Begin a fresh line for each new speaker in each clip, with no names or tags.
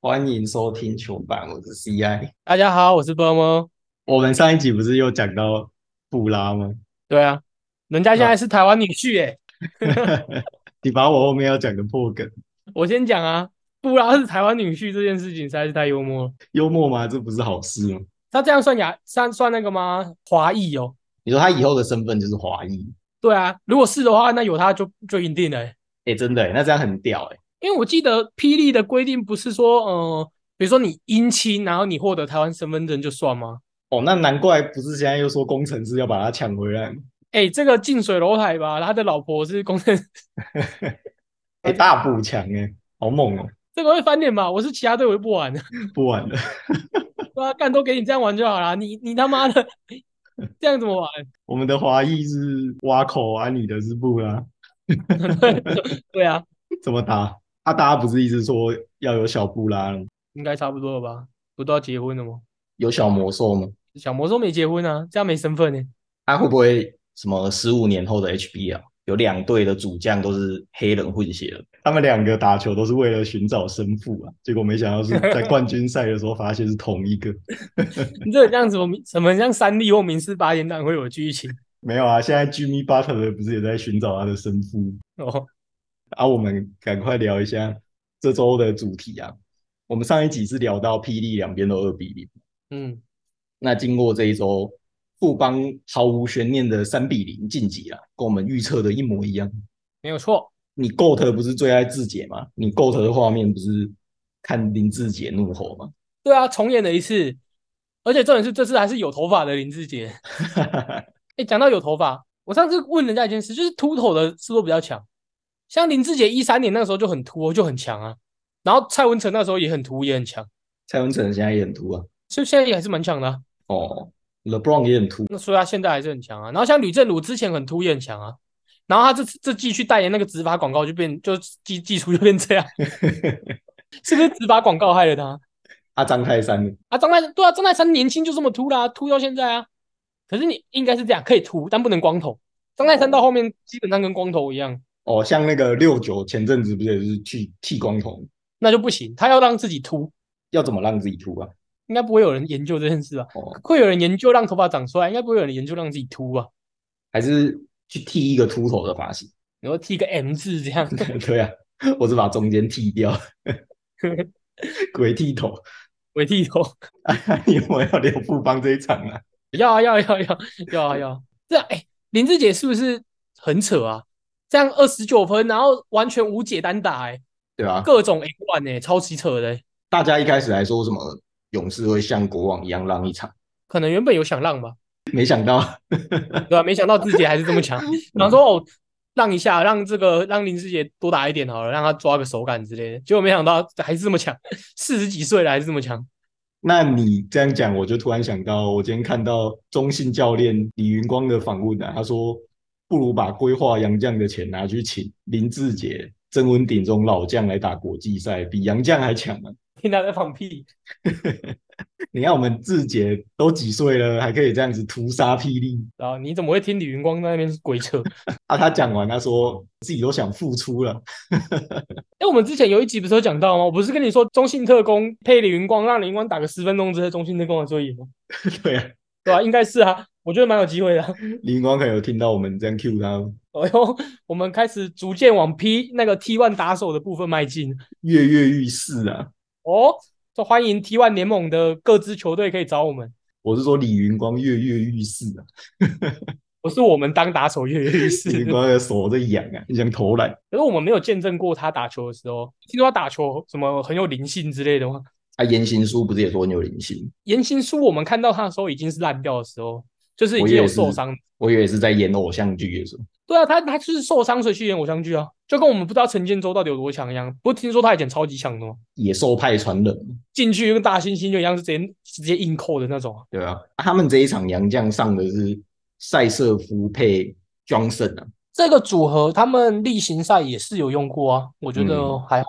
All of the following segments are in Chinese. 欢迎收听球板，我是 CI。
大家好，我是波波。
我们上一集不是又讲到布拉 吗？
对啊，人家现在是台湾女婿耶、
你把我后面要讲的破梗，
我先讲啊，布拉是台湾女婿这件事情实在是太幽默了。
幽默吗？这不是好事吗？
他这样算亚算算那个吗？华裔哦。
你说他以后的身份就是华裔，
对啊，如果是的话，那有他就就赢定了耶、
哎、真的耶、那这样很屌哎、
因为我记得霹雳的规定不是说，呃，比如说你姻亲，然后你获得台湾身份证就算吗？
哦，那难怪不是现在又说工程师要把他抢回来吗，
哎、这个近水楼台吧，他的老婆是工程，
哎、大补强哎，好猛哦、
这个会翻脸吧？我是其他队我就不玩了。
不玩了，
对啊，干都给你这样玩就好啦，你你他妈的这样怎么玩？
我们的华裔是挖口啊，你的是布拉，
对啊，
怎么打？啊，大家不是一直说要有小布拉了吗，
应该差不多了吧？不都要结婚了吗？
有小魔兽吗？
小魔兽没结婚啊，这样没身份呢、
他啊会不会什么十五年后的 HBL 有两队的主将都是黑人混血的？他们两个打球都是为了寻找生父啊，结果没想到是在冠军赛的时候发现是同一个。
你这很像什么明什么很像三立或明视八点档会有剧情
没有啊，现在 Jimmy Butler 不是也在寻找他的生父
哦。
啊？我们赶快聊一下这周的主题啊。我们上一集是聊到霹雳两边都二比零，
嗯，
那经过这一周，富邦毫无悬念的三比零晋级了，跟我们预测的一模一样。
没有错。
你 GOAT 不是最爱志杰吗？你 GOAT 的画面不是看林志杰怒吼吗？
对啊，重演了一次，而且重点是这次还是有头发的林志杰。哎、讲到有头发，我上次问人家一件事，就是秃头的是不是比较强？像林志杰一三年那个时候就很秃哦，就很强啊。然后蔡文成那时候也很秃，也很强，
蔡文成现在也很秃啊，
所以现在也还是蛮强的啊、
哦，LeBron 也很秃，
那所以他现在还是很强啊。然后像吕正儒之前很突也很强啊，然后他这次这季去代言那个植发广告就变就技技术就变这样，是不是植发广告害了他？
啊，张泰山
啊，张泰对啊，张泰山年轻就这么秃啦、秃到现在啊。可是你应该是这样，可以秃，但不能光头。张泰山到后面基本上跟光头一样，
哦，像那个六九前阵子不是也是去剃光头，
那就不行。他要让自己秃，
要怎么让自己秃啊？
应该不会有人研究这件事吧？
哦，
会有人研究让头发长出来，应该不会有人研究让自己秃啊。
还是去剃一个秃头的发型？
然后剃个 M 字这样，
对啊，我是把中间剃掉，鬼剃头。
伪剃头。
啊，你们要聊富邦这一场啊？
要啊要啊要啊要啊要啊要啊！这样哎、林志杰是不是很扯啊？这样二十九分，然后完全无解单打、哎，
对啊，
各种 A one 哎，超级扯的、哎
大家一开始还说什么勇士会像国王一样让一场。
可能原本有想让吧，
没想到，
对吧、没想到志杰还是这么强，然后说哦，让一下，让这个让林志杰多打一点好了，让他抓个手感之类的。结果没想到还是这么强，四十几岁了还是这么强。
那你这样讲，我就突然想到，我今天看到中信教练李云光的访问啊，他说不如把规划洋将的钱拿去请林志杰、曾文鼎这种老将来打国际赛，比洋将还强啊！
听他在放屁，
你看我们志杰都几岁了，还可以这样子屠杀霹雳
然后你怎么会听李云光在那边鬼扯？
啊！他讲完，他说自己都想复出了，
哎、我们之前有一集不是有讲到吗？我不是跟你说中信特工配李云光，让李云光打个十分钟之后，中信特工的作业吗？
对啊，
对啊，应该是啊，我觉得蛮有机会的啊、
李云光可能有听到我们这样 Q 他，
哎呦，我们开始逐渐往 P 那个 T one 打手的部分迈进
跃跃欲试啊！
哦。就欢迎 T one 联盟的各支球队可以找我们，
我是说李云光跃跃欲试啊，
不是我们当打手跃跃欲试
李。云光的手在痒啊，很想投篮。
可是我们没有见证过他打球的时候，听说他打球什么很有灵性之类的吗？
啊，言行书不是也说很有灵性？
言行书我们看到他的时候已经是烂掉的时候，就是已
我
经
也
有
是
受伤。
我以为是在演偶像剧的时候。
对啊，他他就是受伤所以去演偶像剧啊，就跟我们不知道陈建州到底有多强一样。不是听说他以前超级强的吗？
野兽派传人，
进去跟大猩猩就一样，是直接直接硬扣的那种啊。
对吧、啊？他们这一场洋将上的是塞瑟夫配 Johnson 啊，
这个组合他们例行赛也是有用过啊，我觉得还好。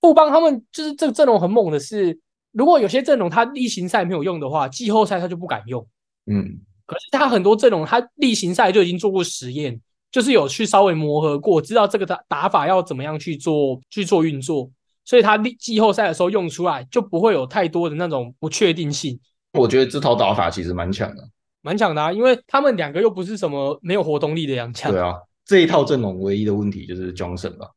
布邦他们就是这个阵容很猛的是，如果有些阵容他例行赛没有用的话，季后赛他就不敢用。
嗯，
可是他很多阵容他例行赛就已经做过实验，就是有去稍微磨合过，知道这个打打法要怎么样去做去做运作。所以他例季后赛的时候用出来就不会有太多的那种不确定性，
我觉得这套打法其实蛮强的。
蛮强的啊。因为他们两个又不是什么没有活动力的洋枪
对，啊，
这一套阵容唯一的问题就是 Johnson 吧，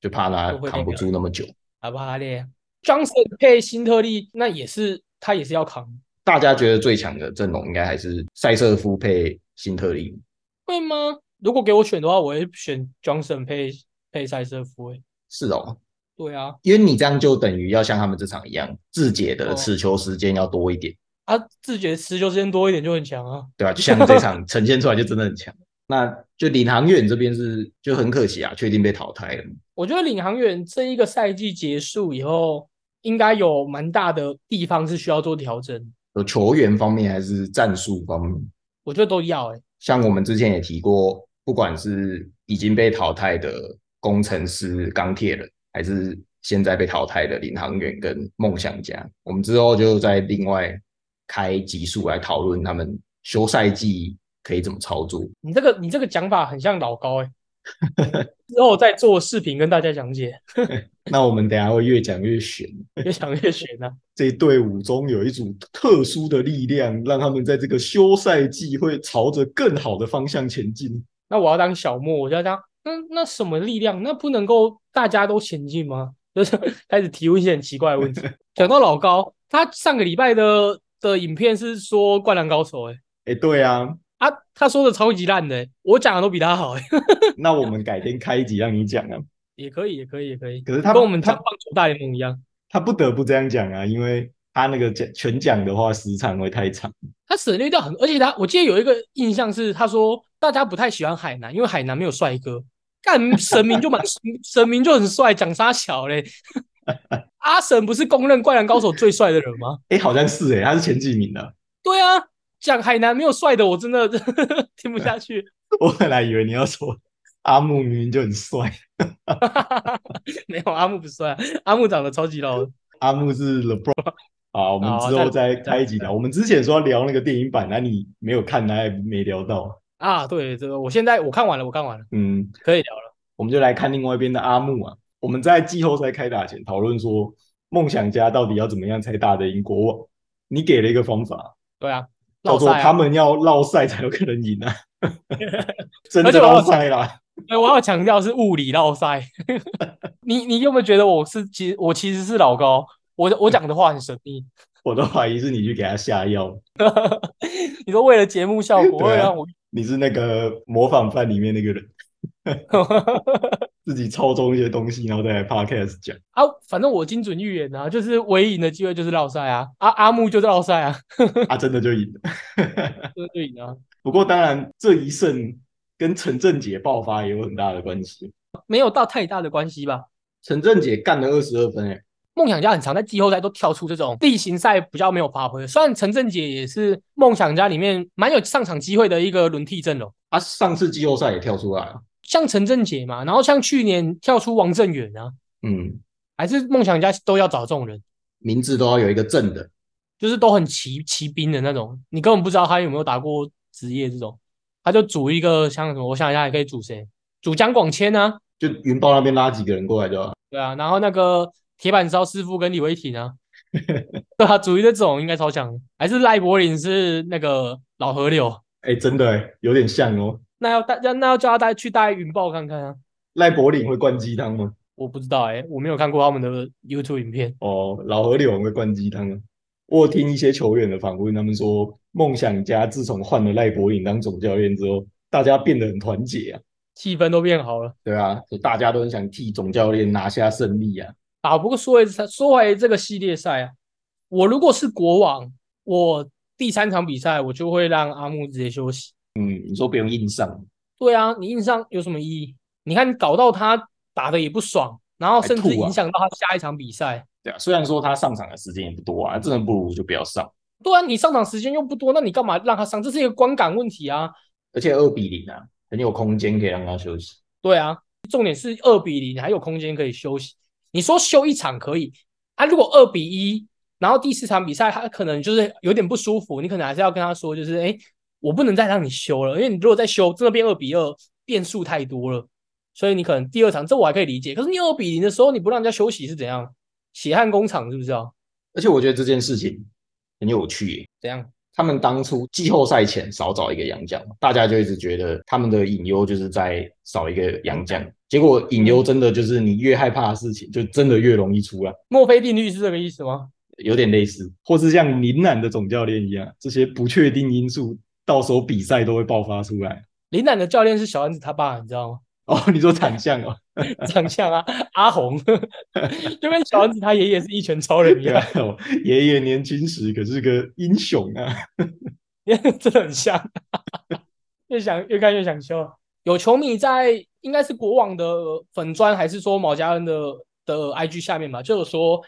就怕他
都会被
扛不住那么久。
好不好嘞？Johnson 配辛特利，那也是他也是要扛，
大家觉得最强的阵容应该还是塞瑟夫配辛特利。
会吗？如果给我选的话，我会选 Johnson 配配塞瑟夫、欸。
是哦，
对啊，
因为你这样就等于要像他们这场一样，志杰的
哦
持球时间要多一点，
他自觉啊持球时间多一点就很强啊。
对吧、就像这场呈现出来就真的很强。那就领航员这边是就很可惜啊，确定被淘汰了。
我觉得领航员这一个赛季结束以后，应该有蛮大的地方是需要做调整，
有球员方面还是战术方面，
我觉得都要哎、欸，
像我们之前也提过，不管是已经被淘汰的工程师、钢铁人，还是现在被淘汰的领航员跟梦想家，我们之后就再另外开集数来讨论他们休赛季可以怎么操作。
你这个你这个讲法很像老高哎、之后再做视频跟大家讲解，
那我们等一下会越讲越悬。
越讲越悬啊。
这队伍中有一组特殊的力量，让他们在这个休赛季会朝着更好的方向前进。
那我要当小莫，我就要当那那什么力量？那不能够大家都前进吗？ 就是开始提问一些很奇怪的问题。讲到老高，他上个礼拜的的影片是说《灌篮高手、欸》
哎，对啊，
哎啊，他说的超级烂的、欸，我讲的都比他好、欸，
那我们改天开一集让你讲啊。
也可以，也可以，也可以，
可是他
跟我们
他
讲棒球大联盟一样，
他不得不这样讲啊，因为他那个讲全讲的话时长会太长。
他省略掉很，而且他我记得有一个印象是，他说大家不太喜欢海南，因为海南没有帅哥，干神明就蛮 神明就很帅，讲啥小嘞？阿神不是公认灌篮高手最帅的人吗？
哎，好像是哎、他是前几名的、
对啊，讲海南没有帅的，我真的 听不下去。
我本来以为你要说阿木明明就很帅，
没有阿木不帅，啊阿木长得超级老的。
阿木是 LeBron。好，我们
好
之后再
再
开一集聊。我们之前说要聊那个电影版，那、你没有看，那也没聊到。
啊，对，这个我现在我看完了，我看完了，
嗯，
可以聊了。
我们就来看另外一边的阿木啊。我们在季后赛开打前讨论说，梦想家到底要怎么样才打得赢国王？你给了一个方法，
对啊，
叫
老
做
帅
他
啊！
们要绕赛才有可能赢啊， 真
而
的
且我要
绕赛啦。
对我要强调是物理绕塞。 你你有没有觉得我是其实我其实是老高？我我讲的话很神秘。
我都怀疑是你去给他下药，
你说为了节目效果，
对啊
为了让我
你是那个模仿犯里面那个人，自己操纵一些东西，然后再来 podcast 讲。
啊，反正我精准预言啊，就是唯一赢的机会就是绕赛啊，阿、阿木就是绕赛啊，
他真的就赢了。
就是对赢啊。
不过当然，这一胜跟陈正杰爆发也有很大的关系。
没有到太大的关系吧。
陈正杰干了二十二分、欸，
梦想家很常在季后赛都跳出这种例行赛比较没有发挥，虽然陈振杰也是梦想家里面蛮有上场机会的一个轮替阵容，
啊，上次季后赛也跳出来了。
像陈振杰嘛，然后像去年跳出王振远啊，
嗯，
还是梦想家都要找这种人，
名字都要有一个正的，
就是都很骑骑兵的那种，你根本不知道他有没有打过职业这种，他就组一个像什么，我想一下，还可以组谁？组江广谦啊，
就云豹那边拉几个人过来就好。
对啊，然后那个铁板烧师傅跟李维廷啊，对啊，组一个这种应该超强的，还是赖柏林是那个老河流。
哎、真的、欸、有点像哦。
那要带要那要叫他带去带云豹看看啊？
赖柏林会灌鸡汤吗？
我不知道哎、我没有看过他们的 YouTube 影片。
哦，老何柳会灌鸡汤啊。我有听一些球员的访问，他们说梦想家自从换了赖柏林当总教练之后，大家变得很团结啊，
气氛都变好了
对啊，就大家都很想替总教练拿下胜利啊。
啊！不过说回说回这个系列赛啊，我如果是国王，我第三场比赛我就会让阿木直接休息。
嗯，你说不用硬上，
对啊，你硬上有什么意义？你看搞到他打的也不爽，然后甚
还
至
吐啊
影响到他下一场比赛。
对啊，虽然说他上场的时间也不多啊，真的不如就不要上。
对啊，你上场时间又不多，那你干嘛让他上？这是一个观感问题啊。
而且二比零啊，很有空间可以让他休息。
对啊，重点是二比零，还有空间可以休息。你说休一场可以啊，如果二比一，然后第四场比赛他可能就是有点不舒服，你可能还是要跟他说，就是哎，诶我不能再让你休了，因为你如果再休，真的变二比二，变数太多了。所以你可能第二场这我还可以理解，可是你二比零的时候你不让人家休息是怎样？血汗工厂是不是啊？
而且我觉得这件事情很有趣耶，
怎样？
他们当初季后赛前少找一个洋将，大家就一直觉得他们的隐忧就是在少一个洋将。结果隐
嗯
忧真的就是你越害怕的事情，就真的越容易出来，
墨菲定律是这个意思吗？
有点类似。
或是像林南的总教练一样，这些不确定因素到时候比赛都会爆发出来。
林南的教练是小丸子他爸，你知道吗？
哦，你说惨象 哦，
长相啊，阿红， 就跟小丸子他爷爷是一拳超人一
对啊
样，，
我爷爷年轻时可是个英雄啊。
真的很像。 越想越看越想笑。有球迷在应该是国网的粉砖，还是说毛家恩的的 IG 下面吧，就有说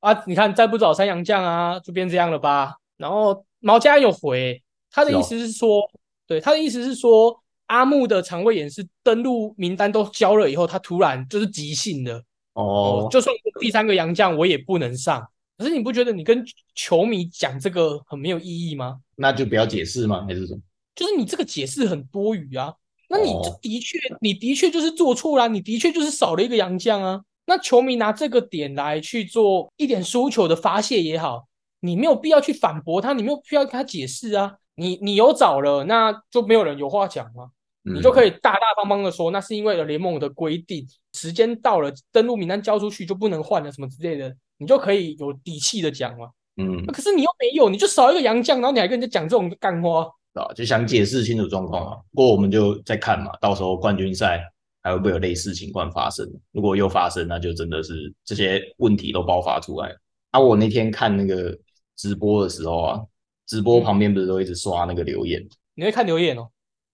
啊，你看再不找三洋将啊，就变这样了吧。然后毛家恩有回，他的
是哦
意思是说，对他的意思是说，阿木的肠胃炎是登录名单都交了以后，他突然就是急性的，哦
哦，，
就算我第三个洋将，我也不能上。可是你不觉得你跟球迷讲这个很没有意义吗？
那就不要解释吗？还是什么？
就是你这个解释很多余啊。那你
哦
这的确，你的确就是做错啦，你的确就是少了一个洋将啊。那球迷拿这个点来去做一点输球的发泄也好，你没有必要去反驳他，你没有必要跟他解释啊。你你有找了，那就没有人有话讲吗？
嗯
你就可
以
以大大方方的说，那是因为联盟的规定，时间到了，登录名单交出去就不能换了，什么之类的，你就可以有底气的讲嘛。
嗯，
可是你又没有，你就少一个洋将，然后你还跟人家讲这种干话，
啊，就想解释清楚状况啊。不过我们就再看嘛，到时候冠军赛还会不会有类似情况发生？如果又发生，那就真的是这些问题都爆发出来了。啊，我那天看那个直播的时候啊，直
嗯
播旁边不是都一直刷那个留言，
你会看留言哦。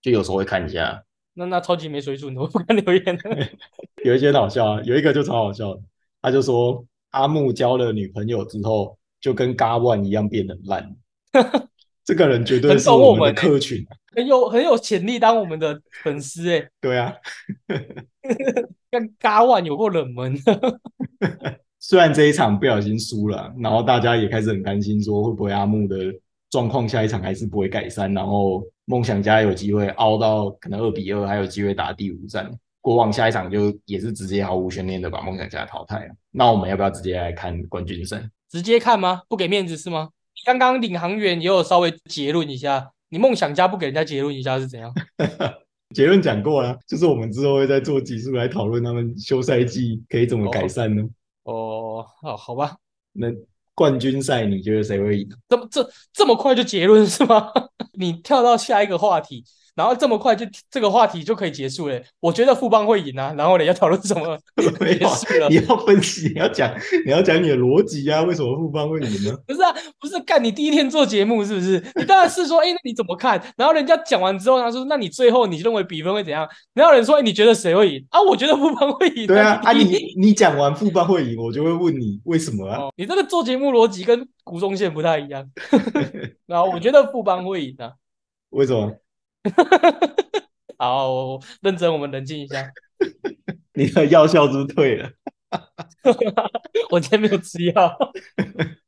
就有时候会看一下。
那那超级没水准的， 我不看留言了。
有一些很好笑啊，有一个就超好笑的，他就说阿木交了女朋友之后，就跟嘎万一样变得烂。 这个人绝对
很
是
懂我
们的
们欸
客群啊、
很有很有潜力当我们的粉丝哎、
对啊，
跟嘎万有够冷门，
虽然这一场不小心输了，然后大家也开始很担心，说会不会阿木的状况下一场还是不会改善，然后梦想家有机会熬到可能二比二，还有机会打第五战。国王下一场就也是直接毫无悬念的把梦想家淘汰了。那我们要不要直接来看冠军赛？
直接看吗？不给面子是吗？刚刚领航员也有稍微结论一下，你梦想家不给人家结论一下是怎样？
结论讲过了，就是我们之后会再做集数来讨论他们休赛季可以怎么改善呢？
哦，好好吧，
那冠军赛你觉得谁会赢？
这么这这么快就结论是吗？ 你跳到下一个话题，然后这么快就这个话题就可以结束了。欸我觉得富邦会赢啊，然后呢要讨论什么？
没
结
有啊
束了
你？要分析，你要讲，你要讲你的逻辑啊，为什么富邦会赢呢？
不是啊，不是干你第一天做节目是不是？你当然是说，哎、那你怎么看？然后人家讲完之后，他说，那你最后你认为比分会怎样？然后有人说，哎、你觉得谁会赢啊？我觉得富邦会赢。
对 啊，啊
你
你你讲完富邦会赢，我就会问你为什么啊？
哦， 你这个做节目逻辑跟古中线不太一样。 然后我觉得富邦会赢啊。
为什么？
好，我认真，我们冷静一下。
你的药效是不是退了？
我今天没有吃药，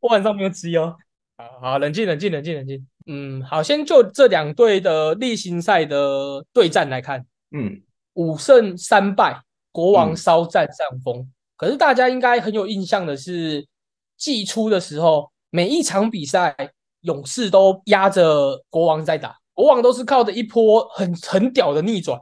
我晚上没有吃药。好好，冷静，冷静，冷静，冷静。嗯，好，先就这两队的例行赛的对战来看，
嗯，
五胜三败，国王
嗯
稍占上风。可是大家应该很有印象的是，季初的时候，每一场比赛，勇士都压着国王在打，国王都是靠着一波很很屌的逆转，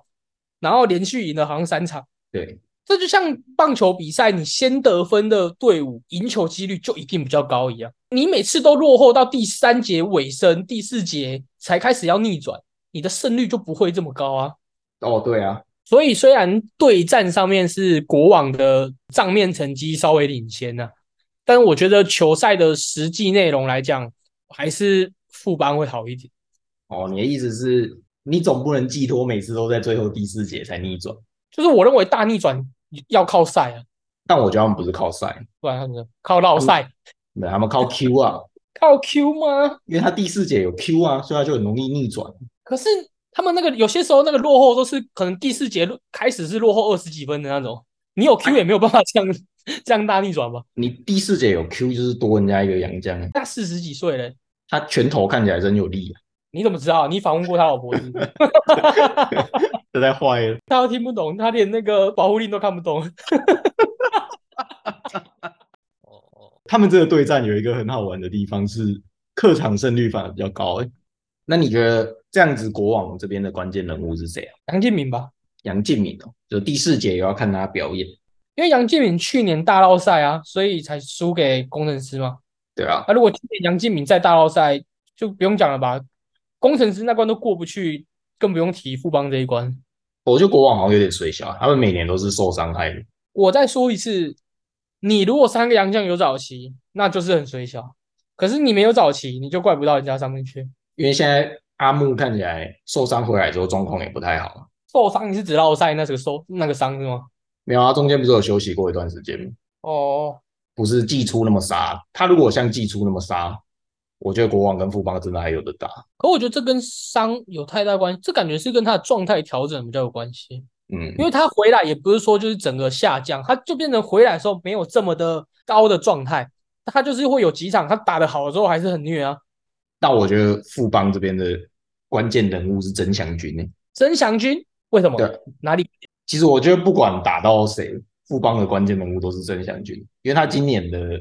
然后连续赢了好像三场。
对，
这就像棒球比赛，你先得分的队伍赢球几率就一定比较高一样。你每次都落后到第三节尾声、第四节才开始要逆转，你的胜率就不会这么高啊。
哦，对啊，
所以虽然对战上面是国网的账面成绩稍微领先呢、但我觉得球赛的实际内容来讲，还是副班会好一点。
哦，你的意思是，你总不能寄托每次都在最后第四节才逆转？
就是我认为大逆转要靠赛啊，
但我觉得他们不是靠赛，
不然他们靠绕赛、
没有他们 靠 Q 啊，
靠 Q 吗？
因为他第四节有 Q 啊，所以他就很容易逆转。
可是他们那个有些时候那个落后都是可能第四节落开始是落后二十几分的那种，你有 Q 也没有办法这样 这样大逆转吧？
你第四节有 Q 就是多人家一个洋将，
他四十几岁嘞，
他拳头看起来真有力、啊。
你怎么知道？你访问过他老婆是不是？
这太坏了！
他都听不懂，他连那个保护令都看不懂。
他们这个对战有一个很好玩的地方是客场胜率反而比较高、欸，
那你觉得这样子国王这边的关键人物是谁啊？
杨建民吧，
杨敬敏哦，就第四节有要看他表演，
因为杨建民去年大捞赛啊，所以才输给工程师嘛。
对啊，
那、如果今年杨敬敏在大捞赛，就不用讲了吧，工程师那关都过不去，更不用提富邦这一关。
我觉得国王好像有点水小，他们每年都是受伤害的。
我再说一次，你如果三个洋将有早期，那就是很水小。可是你没有早期，你就怪不到人家上面去。
因为现在阿木看起来受伤回来之后状况也不太好，
受伤你是指绕赛那个受那个伤是吗？
没有啊，中间不是有休息过一段时间吗？
哦，
不是季初那么杀，他如果像季初那么杀，我觉得国王跟富邦真的还有的打。
可我觉得这跟伤有太大关系，这感觉是跟他的状态调整比较有关系。
嗯
因，为他回来也不是说就是整个下降，他就变成回来的时候没有这么的高的状态，他就是会有几场他打得好的时候还是很虐啊。
那我觉得富邦这边的关键人物是曾祥军、欸。
曾祥军为什么？
对
哪里？
其实我觉得不管打到谁，富邦的关键人物都是曾祥军，因为他今年的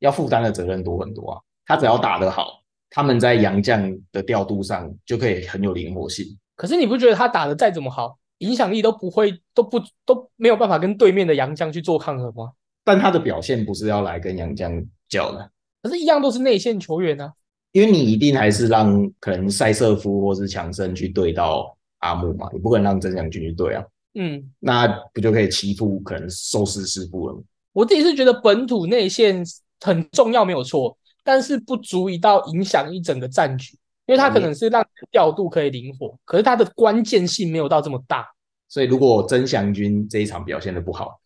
要负担的责任多很多啊。他只要打得好，他们在洋将的调度上就可以很有灵活性。
可是你不觉得他打得再怎么好，影响力都不会都不都没有办法跟对面的洋将去做抗衡吗？
但他的表现不是要来跟洋将较的，
可是，一样都是内线球员啊。
因为你一定还是让可能塞瑟夫或是强森去对到阿木嘛，你不可能让曾祥军去对啊，
嗯，
那不就可以欺负可能寿司师傅了吗？
我自己是觉得本土内线很重要，没有错，但是不足以到影响一整个战局，因为他可能是让调度可以灵活，可是他的关键性没有到这么大。
所以如果曾祥军这一场表现的不好，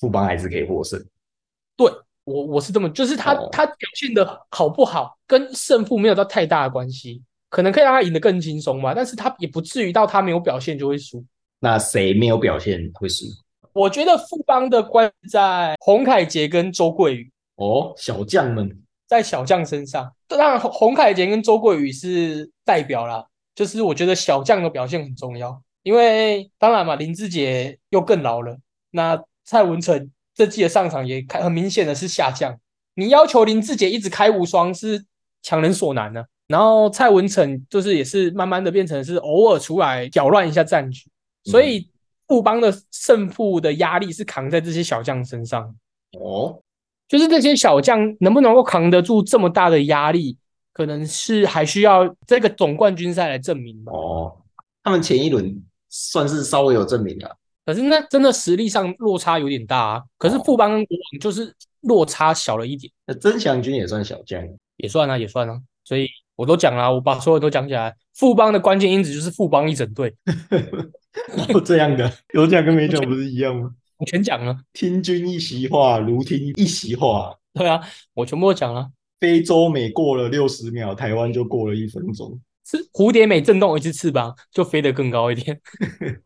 富邦还是可以获胜。
我我是这么，就是他、
哦
他表现的好不好，跟胜负没有到太大的关系，可能可以让他赢得更轻松吧，但是他也不至于到他没有表现就会输。
那谁没有表现会输？
我觉得富邦的关在洪凯杰跟周桂宇，
哦，小将们，
在小将身上。当然，洪洪凯杰跟周桂宇是代表啦，就是我觉得小将的表现很重要，因为当然嘛，林志杰又更老了，那蔡文成这季的上场也开很明显的是下降。你要求林志杰一直开无双是强人所难呢、啊然后蔡文成就是也是慢慢的变成是偶尔出来搅乱一下战局，所以富邦的胜负的压力是扛在这些小将身上。
哦，
就是这些小将能不能够扛得住这么大的压力，可能是还需要这个总冠军赛来证明吧。
哦，他们前一轮算是稍微有证明了，
可是那真的实力上落差有点大啊。可是富邦跟国王就是落差小了一点，
那曾祥军也算小将，
也算啊，也算啊。所以我都讲了啊、我把所有都讲起来。富邦的关键因子就是富邦一整队，
哦
有这样的，有讲跟没讲不是一样吗？
我全讲了。
听君一席话，如听一席话。
对啊，我全部都讲了。
非洲每过了六十秒，台湾就过了一分钟。
是蝴蝶每震动一次翅膀，就飞得更高一点。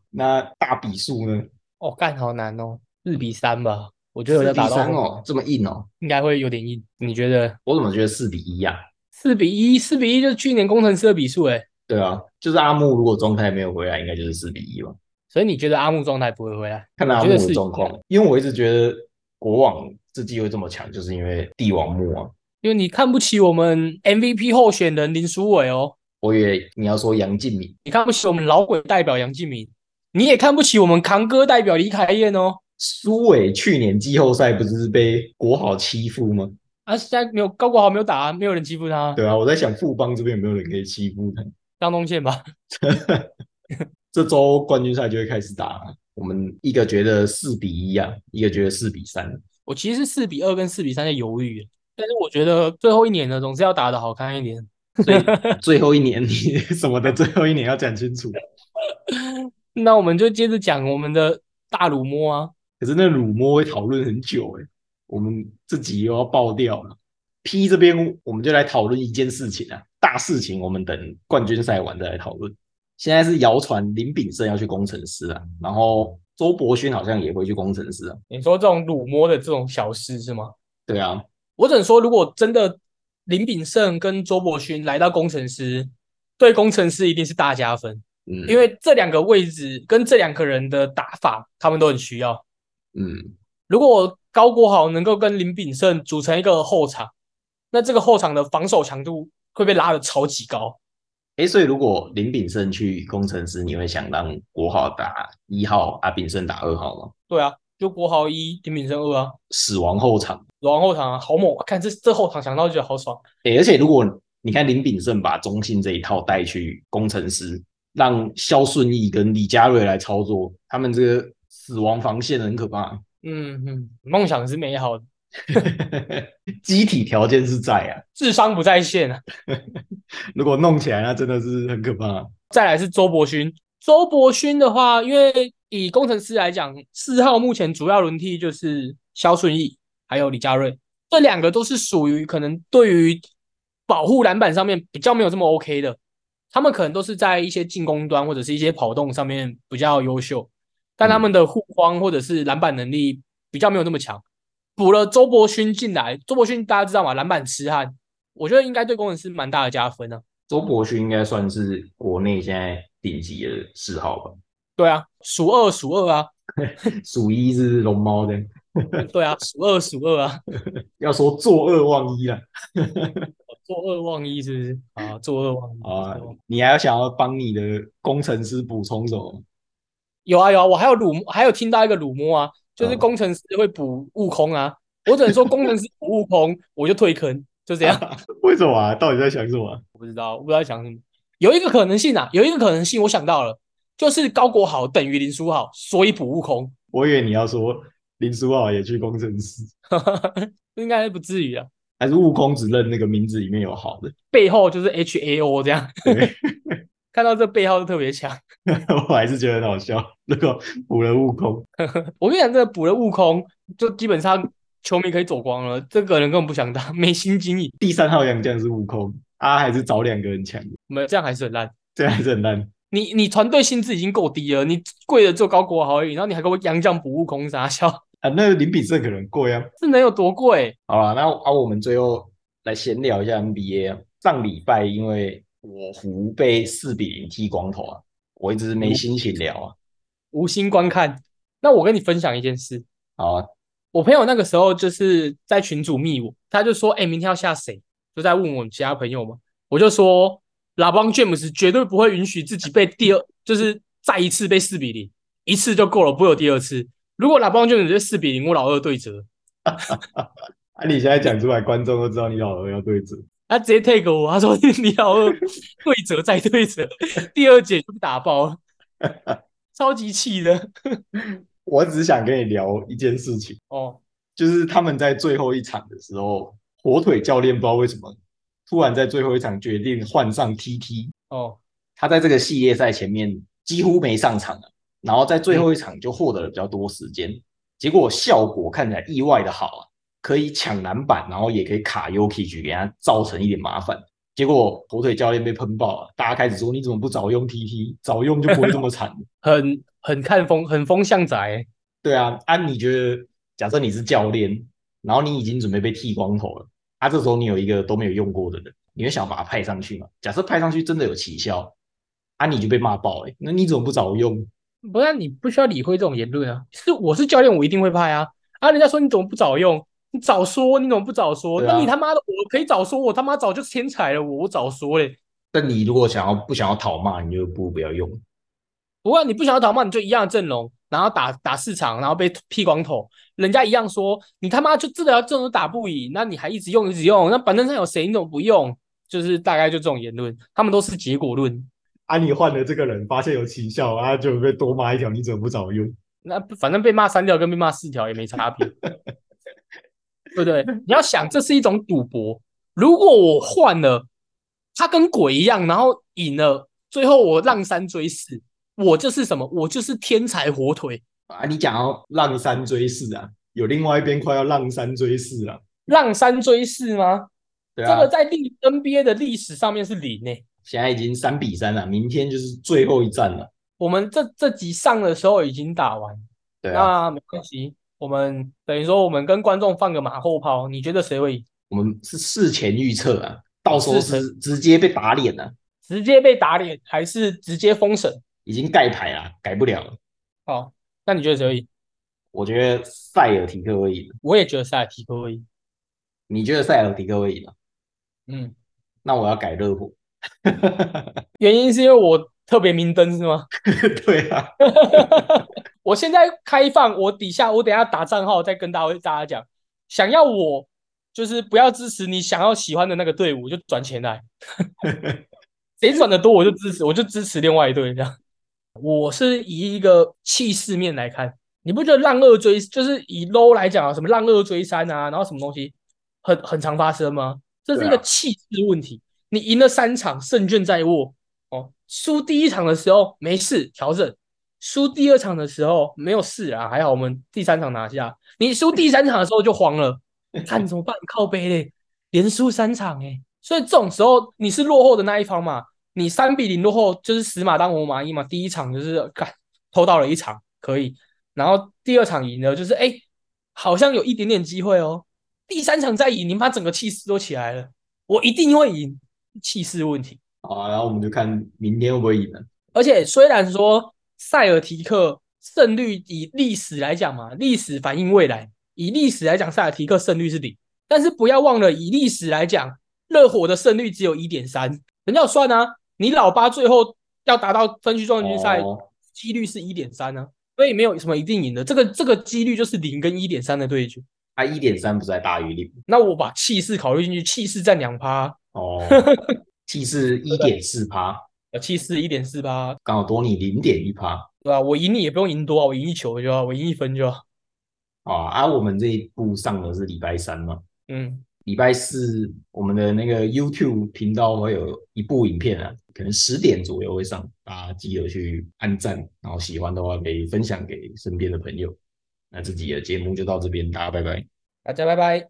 那大比数呢？
哦，干好难哦，四比三吧，我觉得
四
有
比
要打
三
到，
哦，这么硬哦，
应该会有点硬。你觉得？
我怎么觉得四比一呀、啊
四比一，四比一就是去年工程师的比数哎，
对啊，就是阿木如果状态没有回来，应该就是四比一吧。
所以你觉得阿木状态不会回来？
看阿
我
木
觉得是
的状况，因为我一直觉得国王这季会这么强，就是因为帝王木啊。
因为你看不起我们 MVP 候选人林书伟哦，
我以为你要说杨敬敏，
你看不起我们老鬼代表杨敬敏，你也看不起我们扛哥代表李凯燕哦。
苏伟去年季后赛不是被国豪欺负吗？
啊，现在没有高国豪没有打、啊，没有人欺负他啊，
对啊，我在想富邦这边有没有人可以欺负他？
张东宪吧？
这周冠军赛就会开始打了。
我们一个觉得四比一啊，一个觉得四比三。
我其实是四比二跟四比三在犹豫，欸但是我觉得最后一年呢，总是要打得好看一点。
所以 最后一年，你
什么的，最后一年要讲清楚。
那我们就接着讲我们的大乳摸啊，
可是那乳摸会讨论很久
欸
哎、我们这集又要爆掉了。P 这边我们就来讨论一件事情啊，大事情我们等冠军赛完再来讨论。
现在是谣传林炳胜要去工程师啊，然后周伯勋好像也会去工程师啊。
你说这种乳摸的这种小事是吗？
对啊，
我只能说，如果真的林炳胜跟周伯勋来到工程师，对工程师一定是大加分，
嗯，
因为这两个位置跟这两个人的打法，他们都很需要。
嗯，
如果高国豪能够跟林炳胜组成一个后场，那这个后场的防守强度会被拉的超级高。
哎，所以如果林炳胜去工程师，你会想让国豪打一号，
啊
阿炳胜打二号吗？
对啊，就国豪一，林炳胜二啊，
死亡后场。
然后后场啊，好猛！啊！看这这后场想到就觉得好爽。
哎，而且如果你看林炳胜把中信这一套带去工程师，让肖顺义跟李佳瑞来操作，他们这个死亡防线很可怕，
嗯嗯，梦想是美好的，
机体条件是在啊。
智商不在线啊。
如果弄起来，那真的是很可怕。
再来是周伯勋，周伯勋的话，因为以工程师来讲，四号目前主要轮替就是肖顺义还有李佳瑞，这两个都是属于可能对于保护篮板上面比较没有这么 OK 的，他们可能都是在一些进攻端或者是一些跑动上面比较优秀，但他们的护框或者是篮板能力比较没有那么强。补了周伯勋进来，周伯勋大家知道嘛，篮板痴汉，我觉得应该对工程师蛮大的加分啊。
周伯勋应该算是国内现在顶级的四号吧，
对啊，数二数二啊，
数一是龙猫的。
对啊，数二数二啊，
要说作恶忘一啊，
作恶忘一是不是？啊，作恶忘一。
好啊
作恶忘一
你还要想要帮你的工程师补充什么？
有啊有啊，我还有辱，还有听到一个辱摸啊，就是
嗯
工程师会补悟空啊，我只能说工程师补悟空，我就退坑，就这 样。
为什么啊？到底在想什么啊？
不知道，我不知道想什么。有一个可能性啊，有一个可能性我想到了，就是高国豪等于林书豪，所以补悟空，
我以为你要说林书豪也去工程师，
应该不至于啊。
还是悟空只认那个名字里面有好的？
背后就是 H A O 这样，
对，
看到这背后就特别强。
我还是觉得很好笑。如果补了悟空，
我跟你讲，这个补了悟空，就基本上球迷可以走光了。这个人根本不想打，没心经营，
第三号洋将是悟空，啊，还是找两个人抢，
没有这样还是很烂。
这样还是很烂。
你你团队薪资已经够低了，你跪着做高国豪而已，然后你还给我洋将补悟空傻笑，
啊，那林炳胜可能贵啊。
这能有多贵？
好啦，那啊，我们最后来闲聊一下 NBA 啊。上礼拜因为我湖被四比零剃光头啊，我一直没心情聊啊。
无心观看。那我跟你分享一件事，
好啊，
我朋友那个时候就是在群组密我，他就说：“哎、明天要下谁？”就在问我其他朋友嘛。我就说，拉邦 James 绝对不会允许自己被第二，就是再一次被四比零，一次就够了，不会有第二次。如果拉邦 James 就四比零，我老二对折，
啊，你现在讲出来，观众都知道你老二要对折。
他直接 take 我，他说你 老二对折再对折，第二节就被打爆了，超级气的
我只想跟你聊一件事情，
哦。
就是他们在最后一场的时候，火腿教练不知道为什么突然在最后一场决定换上 TT，
哦，
他在这个系列赛前面几乎没上场啊，然后在最后一场就获得了比较多时间，结果效果看起来意外的好啊，可以抢篮板，然后也可以卡 Yuki 局给他造成一点麻烦。结果火腿教练被喷爆了，大家开始说你怎么不早用 TT，早用就不会这么惨。
很很看风，很风向仔、欸。
对啊，啊，你觉得假设你是教练，然后你已经准备被剃光头了，啊，这时候你有一个都没有用过的人，你会想把他派上去吗？假设派上去真的有奇效，啊，你就被骂爆了、那你怎么不早用？
不然你不需要理会这种言论啊。是我是教练，我一定会派啊。啊，人家说你怎么不早用？你早说，你怎么不早说？
对啊
那你他妈的，我可以早说，我他妈早就天才了，我我早说嘞。
但你如果想要不想要讨骂，你就不如不要用。
不过你不想要打嘛，你就一样的阵容，然后打打市场，然后被剃光头，人家一样说你他妈就真的要这种打不赢，那你还一直用一直用，那板凳上有谁你怎么不用？就是大概就这种言论，他们都是结果论。
啊，你换了这个人，发现有奇效，啊，就被多骂一条，你怎么不早用？
那不反正被骂三条跟被骂四条也没差别，对不对？你要想，这是一种赌博。如果我换了，他跟鬼一样，然后赢了，最后我让三追四，我就是什么？我就是天才火腿。
啊，你讲要浪三追四啊，有另外一边快要浪三追四了、
让三追四吗？
对
这
啊
个，在历 NBA 的历史上面是零欸诶、
现在已经三比三了，明天就是最后一战了。
我们这这集上的时候已经打完，
对啊，
那没关系。我们等于说，我们跟观众放个马后炮，你觉得谁会赢？
我们是事前预测啊，到时候
是
是直接被打脸了、
啊
直接被打脸，还是直接封神？
啊
已经盖牌了，改不了了。
好，那你觉得谁会赢？
我觉得塞尔提克会赢。
我也觉得塞尔提克会赢。
你觉得塞尔提克会赢啊？
嗯，
那我要改热 火。
原因是因为我特别明灯是 吗？
对啊，
我现在开放，我底下我等一下打账号再跟大家大家讲，想要我就是不要支持你想要喜欢的那个队伍，就转 钱来，谁转的多我就支持，我就支持另外一队这样。我是以一个气势面来看，你不觉得浪二追就是以 low 来讲啊，什么浪二追三啊，然后什么东西很很常发生吗？这是一个
对啊
气势问题。你赢了三场，胜券在握哦。输第一场的时候没事调整，输第二场的时候没有事啊，还好我们第三场拿下。你输第三场的时候就慌了，看怎么办？靠背嘞，连输三场哎、所以这种时候你是落后的那一方嘛，你三比零落后就是死马当活马医嘛。第一场就是干偷到了一场可以，然后第二场赢了就是哎、好像有一点点机会哦。第三场再赢，你把整个气势都起来了，我一定会赢，气势问题。
好啊，然后我们就看明天会不会赢了。
而且虽然说塞尔提克胜率以历史来讲嘛，历史反映未来，以历史来讲，塞尔提克胜率是零，但是不要忘了，以历史来讲，热火的胜率只有一点三，人家有算啊，你老八最后要达到分区冠军赛，
哦
几率是一点三啊，所以没有什么一定赢的，这个这个几率就是零跟一点三的对决。
他一点三不是还大于零
那我把气势考虑进去，气势占两趴，
哦，气势一点四趴，
呃，气势一点四八，
刚好多你零点一趴
对吧、我赢你也不用赢多啊，我赢一球就好，我赢一分就好。
啊。啊，我们这一部上的是礼拜三嘛，
嗯，
礼拜四我们的那个 YouTube 频道会有一部影片啊，可能十点左右会上，大家记得去按赞，然后喜欢的话可以分享给身边的朋友。那这集的节目就到这边，大家拜拜。
大家拜拜。